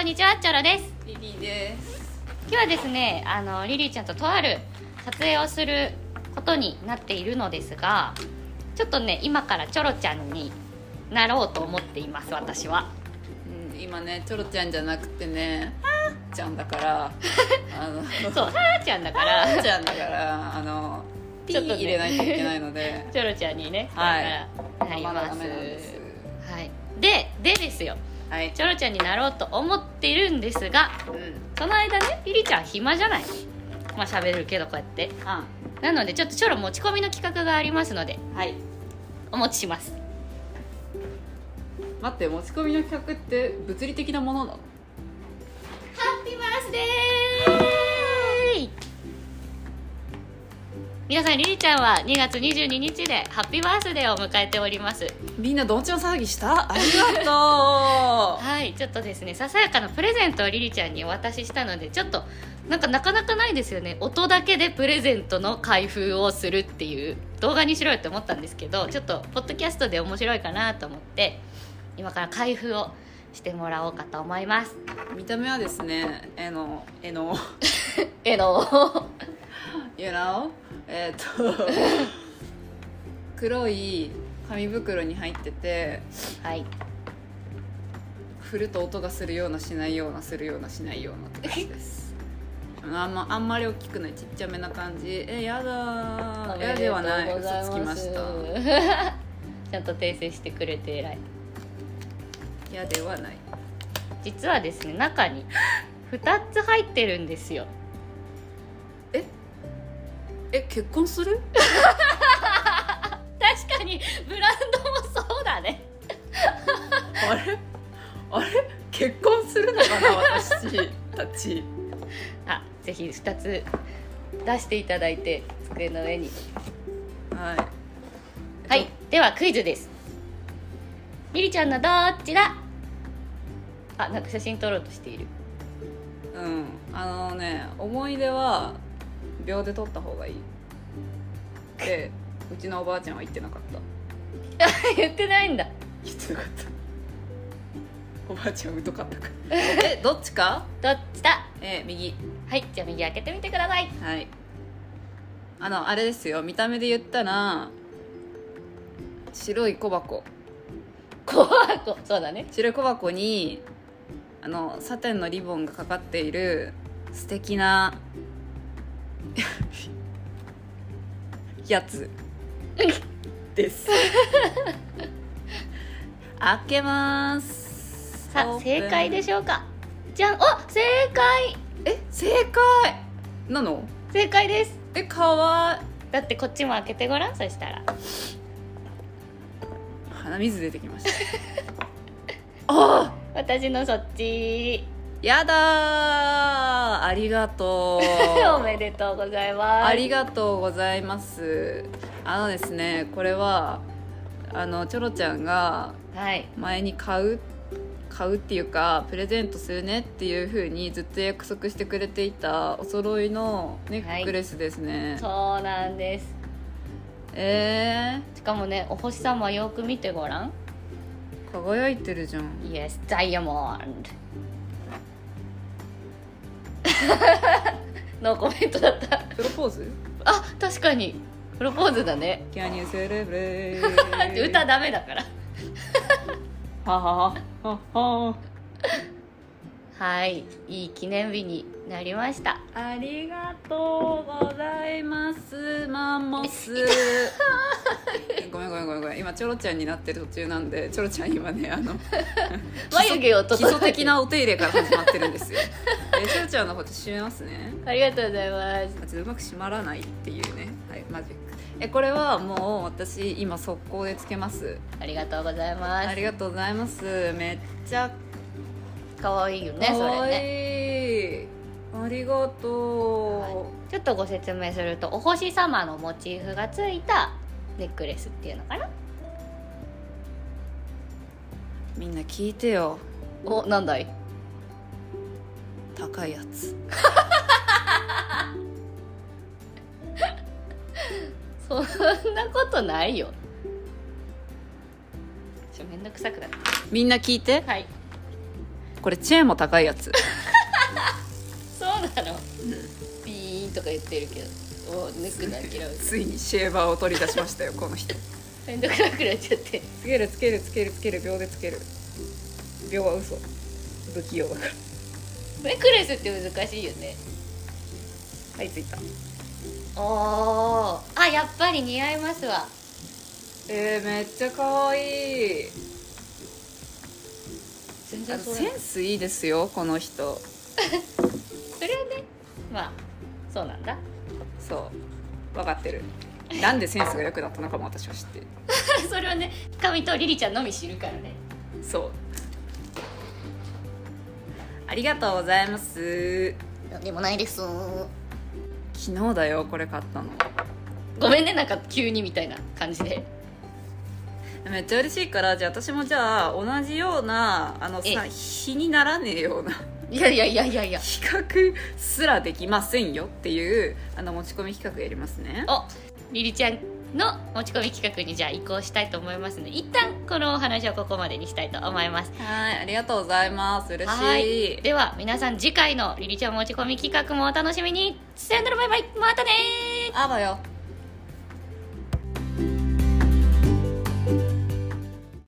んにちはチョロですリリーです今日はですねあのリリーちゃんととある撮影をすることになっているのですがちょっとね今からチョロちゃんになろうと思っています私 はうん今ねチョロちゃんじゃなくてねちゃんだから あのそうさーちゃんだから ちゃんだからあのピちょっとーね入れないといけないの でチョロちゃんにねはいこれからなりまだまダすメですはい、ででですよはいチョロちゃんになろうと思っているんですがうんその間ねリリちゃん暇じゃないまあ喋るけどこうやってあなのでちょっとチョロ持ち込みの企画がありますのではいお持ちします待って持ち込みの企画って物理的なものなのハッピーバースデー皆さんリリちゃんは2月22日でハッピーバースデーを迎えておりますみんなどんちゃん騒ぎしたありがとはいちょっとですねささやかなプレゼントをリリちゃんにお渡ししたのでちょっとなんかなかなかないですよね音だけでプレゼントの開封をするっていう動画にしろよって思ったんですけどちょっとポッドキャストで面白いかなと思って今から開封をしてもらおうかと思います う見た目はですねえのえのえ の You know? えーっと黒い紙袋に入っててはい振ると音がするようなしないようなするようなしないようなって感じですあんまあんまり大きくないちっちゃめな感じえやだーやではない嘘つきました ちゃんと訂正してくれて偉いやではない実はですね中 に2つ入ってるんですよえ結婚する確かにブランドもそうだねあれあれ結婚するのかな私たちあぜひ2つ出していただいて机の上にはいはいではクイズですリリちゃんのどっちだあなんか写真撮ろうとしている うんあのね思い出は秒で撮った方がいいでうちのおばあちゃんは言ってなかった言ってないんだ言ってなか ったおばあちゃん疎かったからえどっちかどっちだえ右はいじゃあ右開けてみてくださいはいあのあれですよ見た目で言ったら白い小箱怖い怖いそうだね白い小箱にあのサテンのリボンがかかっている素敵なやつです開けますさあ正解でょしょうかじゃんあ正解え正解なの正解ですえかわだってこっちも開けてごらんそしたらい鼻水出てきま したあー私のそっちやだーありがとう おめでとうございますありがとうございますあのですねこれはあのチョロちゃんがはい前に買う買うっていうかプレゼントするねっていう風にずっと約束してくれていたお揃いのネックレスですね、そうなんですえしかもねお星様よく見てごらんー、輝いてるじゃん Yes, diamond ノーコメントだったプロポーズあ確かにプロポーズだね Can you celebrate 歌ダメだからはははははいいい記念日になりましたありがとうございますマンモス ごめんごめんごめんごめん今チョロちゃんになってる途中なんでチョロちゃん今ねあの眉毛を基整え礎て的なお手入れから始まってるんですよえチョロちゃんのこと締めますねありがとうございますあちょっとうまく締まらないっていうねはいマジックえこれはもう私今速攻でつけますありがとうございまあすりがとうございますめっちゃ可愛いよねかそれわいい、ねありがとちょっとご説明するとお星様のモチーフがついたネックレスっていうのかなう、みんな聞いてよおなんだい高いやつそんなことないよちょめんどくさくなったみんな聞いてはいこれチェーンも高いやつそうなのピーンとか言ってるけどもう抜くの諦めて ついにシェーバーを取り出しましたよこの人めんどくなくなっちゃってつけるつけるつけるつける秒でつける秒は嘘不器用だからネックレスって難しいよねはいついたおーあやっぱり似合いますわえー、めっちゃ可愛い全あ然のそセれンスいいですよこの人それはねまあそうなんだ そう分かってるなんでセンスが良くなったのかも私は知ってるそれはね神とリリちゃんのみ知るからねそうありがとうございますなんでもないです昨日だよこれ買ったのごめんねなんか急にみたいな感じでめっちゃ嬉しいからじゃあ私もじゃあ同じようなあのえさ日にならねえようない やいやいやいやいや比較すらできませんよっていうあの持ち込み企画やりますねおリリちゃんの持ち込み企画にじゃあ移行したいと思いますので一旦このお話はここまでにしたいと思いますはいありがとうございます嬉しはいでは皆さん次回のリリちゃん持ち込み企画もお楽しみにさよならバイバイまたねーあばよ